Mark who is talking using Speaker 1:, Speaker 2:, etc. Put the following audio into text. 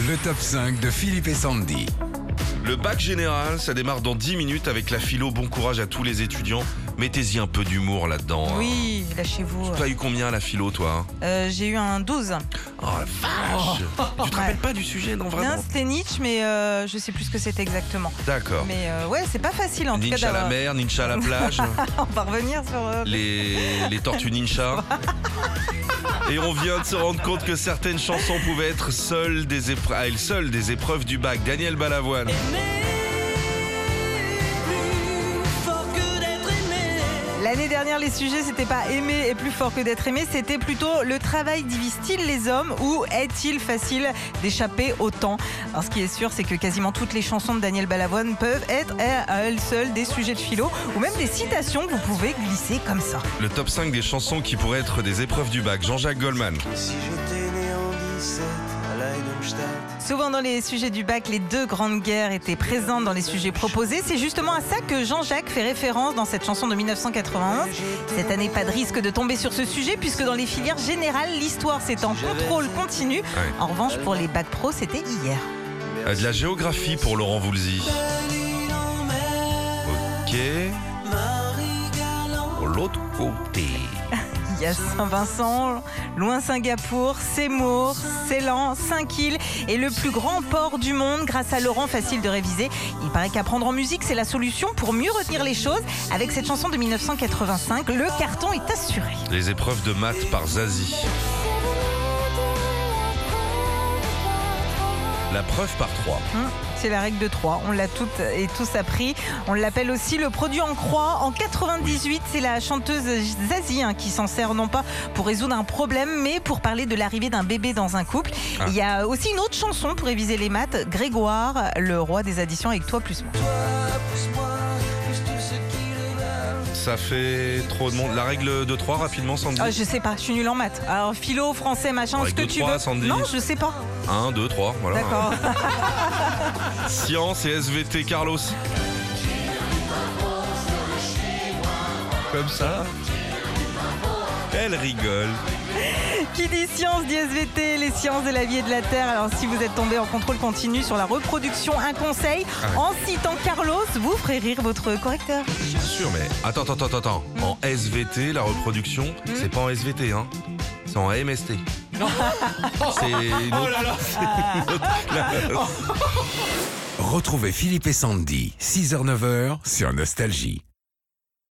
Speaker 1: Le top 5 de Philippe et Sandy.
Speaker 2: Le bac général, ça démarre dans 10 minutes avec la philo. Bon courage à tous les étudiants. Mettez-y un peu d'humour là-dedans. hein.
Speaker 3: Oui, lâchez-vous.
Speaker 2: T'as eu combien à la philo, toi hein
Speaker 3: Euh, J'ai eu un 12.
Speaker 2: Oh la vache Tu te
Speaker 3: Ouais.
Speaker 2: rappelles pas du sujet, non, vraiment
Speaker 3: Non, c'était Nietzsche, mais euh, je sais plus ce que c'était exactement.
Speaker 2: D'accord.
Speaker 3: Mais euh, ouais, c'est pas facile en tout cas
Speaker 2: Ninja à la
Speaker 3: d'avoir.
Speaker 2: mer, ninja à la plage,
Speaker 3: On va revenir sur. euh,
Speaker 2: les, les tortues ninja. Et on vient de se rendre compte que certaines chansons pouvaient être seules des épre- à elles seules des épreuves du bac. Daniel Balavoine.
Speaker 3: L'année dernière, les sujets, c'était pas aimer est plus fort que d'être aimé, c'était plutôt le travail divise-t-il les hommes ou est-il facile d'échapper au temps Alors, ce qui est sûr, c'est que quasiment toutes les chansons de Daniel Balavoine peuvent être à elles seules des sujets de philo ou même des citations que vous pouvez glisser comme ça.
Speaker 2: Le top 5 des chansons qui pourraient être des épreuves du bac. Jean-Jacques Goldman.
Speaker 4: Si j'étais né en 17 à Leidenstadt,
Speaker 3: Souvent dans les sujets du bac, les deux grandes guerres étaient présentes dans les sujets proposés. C'est justement à ça que Jean-Jacques fait référence dans cette chanson de 1991. Cette année, pas de risque de tomber sur ce sujet puisque dans les filières générales, l'histoire c'est en contrôle continu. En revanche, pour les bacs pro, c'était hier.
Speaker 2: Euh, De la géographie pour Laurent Voulzy. Ok. Pour l'autre côté.
Speaker 3: Il y a Saint-Vincent, loin Singapour, Seymour, Ceylan, Saint-Kiel et le plus grand port du monde grâce à Laurent, facile de réviser. Il paraît qu'apprendre en musique, c'est la solution pour mieux retenir les choses. Avec cette chanson de 1985, le carton est assuré.
Speaker 2: Les épreuves de maths par Zazie. La preuve par 3.
Speaker 3: Hum, C'est la règle de 3. On l'a toutes et tous appris. On l'appelle aussi le produit en croix. En 98, c'est la chanteuse Zazie hein, qui s'en sert non pas pour résoudre un problème, mais pour parler de l'arrivée d'un bébé dans un couple.
Speaker 2: Ah.
Speaker 3: Il y a aussi une autre chanson pour réviser les maths. Grégoire, le roi des additions avec toi plus moi.
Speaker 2: Ça fait trop de monde. La règle de 3 rapidement, Sandy.
Speaker 3: Ah, je sais pas, je suis nulle en maths. Alors philo, français, machin,
Speaker 2: Avec
Speaker 3: ce que
Speaker 2: deux,
Speaker 3: tu
Speaker 2: trois, Ah.
Speaker 3: veux.
Speaker 2: Sandy.
Speaker 3: Non, je sais pas.
Speaker 2: 1, 2, 3. Voilà.
Speaker 3: D'accord.
Speaker 2: Science et SVT, Carlos. Comme ça. Elle rigole.
Speaker 3: Qui dit science dit SVT, les sciences de la vie et de la terre. Alors si vous êtes tombé en contrôle continu sur la reproduction, un conseil,
Speaker 2: ouais.
Speaker 3: en citant Carlos, vous ferez rire votre correcteur.
Speaker 2: Bien sûr, mais attends, attends, attends, attends. En SVT, la reproduction, c'est pas en SVT, hein. C'est en MST. C'est une autre-
Speaker 1: Retrouvez Philippe et Sandy, 6h-9h sur Nostalgie.